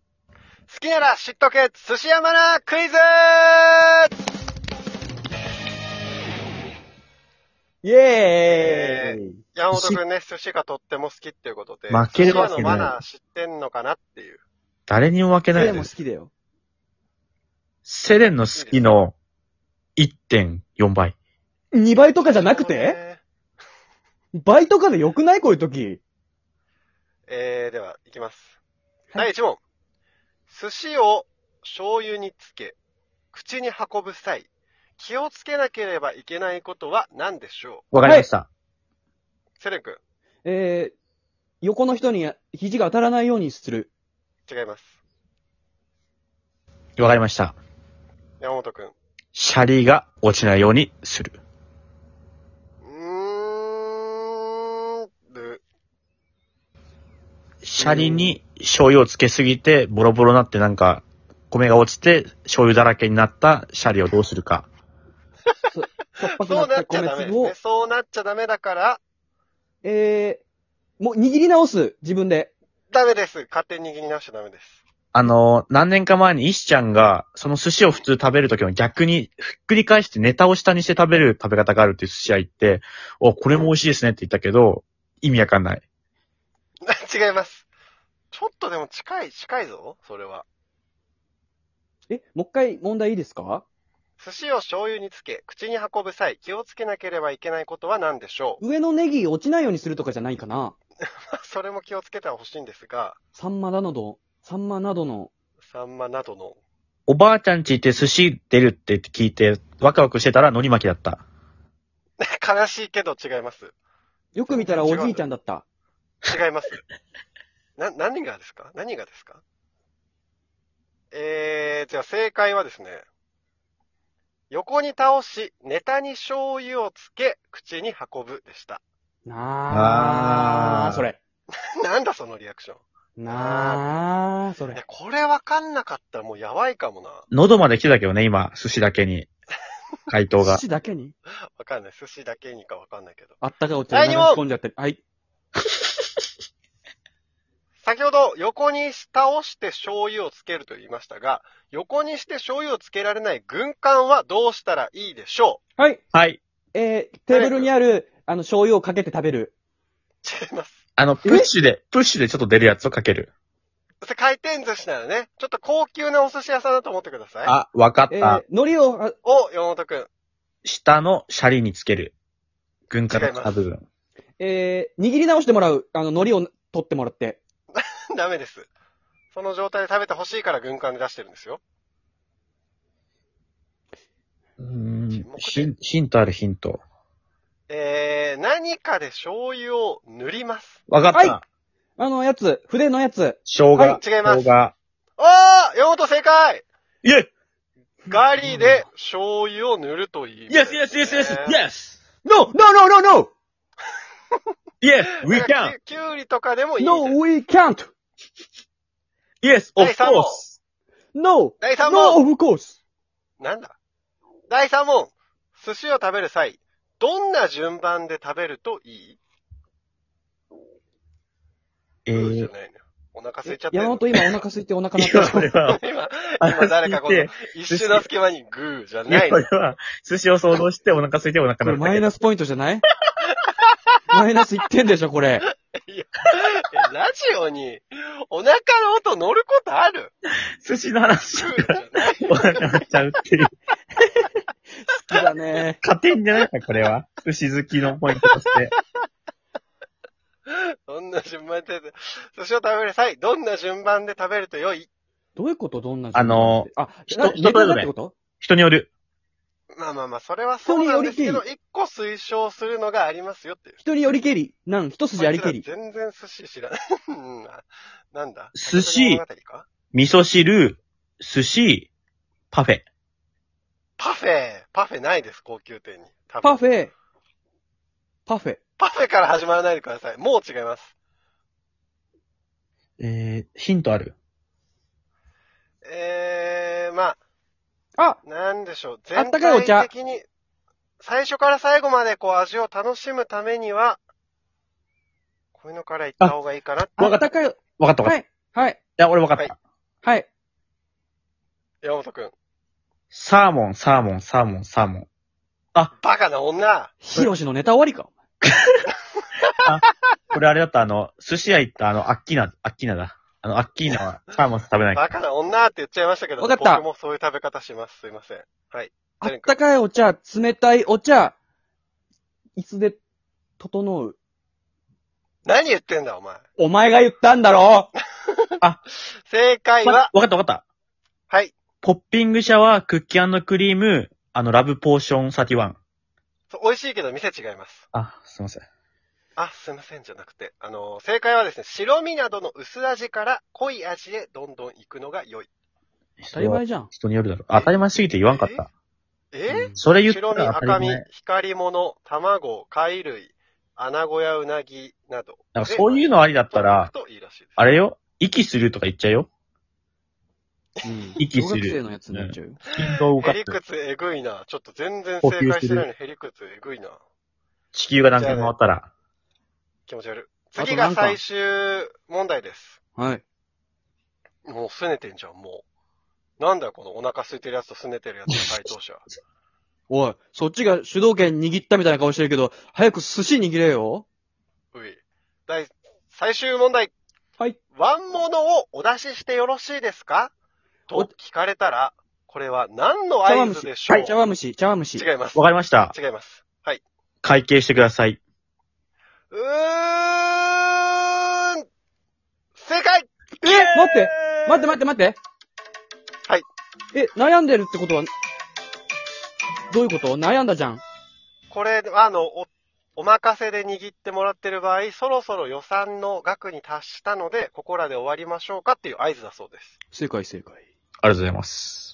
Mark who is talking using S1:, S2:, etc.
S1: 好きなら知っとけ寿司山なクイズ
S2: イエーイ
S1: 山本くんね、寿司がとっても好きっていうことで、
S3: 負けるわ
S1: 寿
S3: け
S1: 司屋の
S3: ない
S1: マナー知ってんのかなっていう。
S3: 誰にも負けな
S2: 彼
S3: い
S2: も
S3: で
S2: 好
S3: す。
S2: きだよ。
S3: セレンの好きの1.4倍。
S2: 2倍とかじゃなくて
S1: ね
S2: 倍とかでよくないこういう時。
S1: えー、では、いきます。
S2: は
S1: 第1問。寿司を醤油につけ、口に運ぶ際、気をつけなければいけないことは何でしょ
S3: わかりまし
S1: う
S3: た。
S1: セレン君、
S2: えー、横の人に肘が当たらないようにする。
S1: 違います。
S3: わかりました。
S1: 山本くん。
S3: シャリが落ちないようにする。
S1: うーん、ぶ
S3: シャリに醤油をつけすぎて、ボロボロになってなんか、米が落ちて、醤油だらけになったシャリをどうするか。
S2: しょっぱく
S1: そ
S2: な
S1: う
S2: っ
S1: な
S2: た
S1: っちゃ
S2: 米
S1: ダメです
S2: 粒を
S1: ね。、そうなっちゃダメだから、
S2: えー、もう握り直す。自分で。
S1: ダメです。勝手に握り直しちゃダメです。
S3: あの、何年か前に石ちゃんが、その寿司を普通食べるときの逆に、ひっくり返してネタを下にして食べる食べ方があるっていう寿司屋行って、お、これも美味しいですねって言ったけど、意味わかんない。
S1: 違います。 ちょっとでも近い、近いぞ、それは。
S2: え、もう一回問題いいですか
S1: 寿司を醤油につけ、口に運ぶ際、気をつけなければいけないことは何でしょう
S2: 上のネギ落ちないようにするとかじゃないかな
S1: それも気をつけてほしいんですが、
S2: サンマなど、サンマなどの、
S1: サンマなどの、
S3: おばあちゃんち行って寿司出るって聞いて、ワクワクしてたら海苔巻きだった。
S1: 悲しいけど違います。
S2: よく見たらおじいちゃんだった。
S1: 違います。な、何がですか何がですかえー、じゃあ正解はですね、横に倒し、ネタに醤油をつけ、口に運ぶでした。
S2: な
S3: あ
S2: ー、
S3: ー
S2: それ。
S1: なんだそのリアクション。
S2: なー、そ
S1: いや
S2: れ。
S1: これわかんなかったらもうやばいかもな。
S3: 喉まで来てたけどね、今、寿司だけに。回答が
S2: 寿。司だけに
S1: わかんない。寿司だけにかわかんないけど。
S2: あったかいお茶に流し込んじゃってる。はい。
S1: 先ほど横に倒して醤油をつけると言いましたが、横にして醤油をつけられない軍艦はどうしたらいいでしょ
S2: はい。
S3: はい。
S2: えー、テーブルにある、あの、醤油をかけて食べる。
S1: う違います。
S3: あの、プッシュで、プッシュでちょっと出るやつをかける。
S1: それ回転寿司ならね、ちょっと高級なお寿司屋さんだと思ってください。
S3: あ、わかっ
S2: え
S3: た
S2: ー。、海苔を、あ
S1: お、山本くん。
S3: 下のシャリにつける。軍艦の下部分。
S2: えー、握り直してもらう。あの、海苔を取ってもらって。
S1: ダメです。その状態で食べてほしいから軍艦で出してるんですよ。
S3: うーん
S1: 沈黙
S3: ヒンヒントあるヒント。
S1: えー、何かで醤油を塗ります。
S3: わかった。
S2: はいあの、やつ、筆のやつ。
S3: 生姜、
S2: はい
S1: 違います
S3: 生姜。
S1: おー山本正解
S3: イェ
S1: ガリで醤油を塗るといい、
S3: イ !Yes, yes, yes, yes, yes!
S2: No! No, no, no, no!
S3: Yes, we
S1: だから
S3: can!
S1: きゅきゅうりとかでもいいみたい
S2: No, we can't!
S3: Yes, of
S1: 第三問
S3: course!
S2: No!
S1: 第3
S2: No,
S1: 問
S2: of course!
S1: なんだ第3問寿司を食べる際、どんな順番で食べるといい
S3: え
S1: そうじゃ
S3: ー、
S1: ないのよお腹空い
S2: え
S1: ちゃってる
S2: 山
S1: の。
S2: 本今お腹空いてお腹鳴った
S3: 今。これは、
S1: 今、今誰か
S3: 話
S1: こ
S3: 聞い
S1: の
S3: て、
S1: 一瞬の隙間にグーじゃない
S3: 今こ
S1: の
S3: れ。は、寿司を想像してお腹空いてお
S2: こ
S3: 腹
S2: れ
S3: 鳴った
S2: マイ
S3: けど
S2: ナスポイントじゃない マイナス1点でしょ、これ。
S1: えラジオにお腹の音乗ることある
S3: 寿司の話
S1: グ
S3: が
S1: ーじゃない。
S3: お腹鳴っちゃうっていう。
S2: 好きだね。
S3: 加点じゃないか、これは。寿司好きのポイントとして。
S1: どんな順番で、寿司を食べる際、どんな順番で食べると良い
S2: どういうことどんな順
S3: あの
S2: 番って、あ、
S3: 人
S2: な
S3: 人それぞれ
S2: ってこと
S3: 人による。
S1: まあまあまあ、それはそうなんですけど、
S2: 人
S1: 一個推奨するのがありますよっていう。
S2: 人によりけり。なん、一筋ありけり。
S1: こいつら全然寿司知らない。 うんなんだ
S3: 寿司
S1: パフェ
S3: 味噌汁、寿司、パフェ。
S1: パフェ、パフェないです、高級店に。多分
S2: パフェ、パフェ。
S1: パフェから始まらないでください。もう違います。
S3: えー、ヒントある
S1: えー、ま
S2: あ、
S1: あ、なんでしょう。
S2: あったかいお
S1: 全
S2: 茶
S1: 体的に、最初から最後までこう味を楽しむためには、こういうのから行った方がいいかな。
S2: あ
S3: わか
S2: っ
S3: っ
S2: た
S3: た
S2: かい。
S3: わかったわか
S2: は
S3: った。、
S2: いい、はい、
S3: や、俺わかった。
S1: はい
S2: はい。
S1: 山本くん。
S3: サーモン、サーモン、サーモン、サーモン。
S1: バカな女
S2: ヒロシのネタ終わりか。
S3: これあれだった、あ の、寿司屋行った、あの、アッキーナ、アッキーナだ。あの、アッキーナはサーモン食べないか
S1: バカな女って言っちゃいましたけど、
S2: わかった
S1: 僕もそういう食べ方します。すいません。はい。
S2: あったかいお茶、冷たいお茶、いつで、整う。
S1: 何言ってんだ、お前。
S2: お前が言ったんだろ
S1: 正解
S3: ら。
S1: は、
S3: わかったわかった。
S1: はい。
S3: ポッピングシャワー、クッキークリーム、あの、ラブポーション31。
S1: そう美味しいけど店違います。
S3: あ、すいません。
S1: あ、すいません、じゃなくて。あのー正解はですね、白身などの薄味から濃い味へどんどん行くのが良い。
S2: 当たり前じゃん。
S3: 人によるだろう。当たり前すぎて言わんかった。
S1: え
S3: それ言った
S1: 白身、
S3: ら当た
S1: 赤
S3: り
S1: 身
S3: 前。、
S1: 光物、卵、貝類、穴子やうなぎなど。
S3: なんかそういうのありだったら、
S1: といいらしいです。
S3: あれよ息するとか言っちゃうよ。
S2: うん
S3: 息
S2: 小
S3: する
S2: 学生のやつになっちゃうよ。
S3: 金動
S1: ヘ
S3: を動か
S1: リ
S3: す。
S1: クツえぐいな。ちょっと全然正解してないのにヘリクツえぐいな。
S3: 地球が何回回ったら。
S1: 気持ち悪い。
S2: あと
S1: 次が
S2: なんか
S1: 最終問題です。
S2: はい。
S1: もう拗ねてんじゃん、もう。なんだよ、このお腹空いてるやつと拗ねてるやつの回答 者。
S2: おい、そっちが主導権握ったみたいな顔してるけど、早く寿司握れよ。
S1: うい。第、最終問題。
S2: はい。
S1: ワンモノをお出ししてよろしいですか
S2: お
S1: と聞かれたら、これは何の
S2: 茶碗
S1: 合図
S2: 蒸
S1: で
S2: し。
S1: しょう、
S2: はい、茶碗蒸し、茶碗蒸し。
S1: 違います。
S3: わかりました。
S1: 違います。はい。
S3: 会計してください。
S1: うーん正解
S2: え待って待って待って待って。
S1: はい。
S2: え、悩んでるってことは、どういうこと悩んだじゃん。
S1: これ、あの、お、お任せで握ってもらってる場合、そろそろ予算の額に達したので、ここらで終わりましょうかっていう合図だそうです。
S2: 正解正解。
S3: ありがとうございます。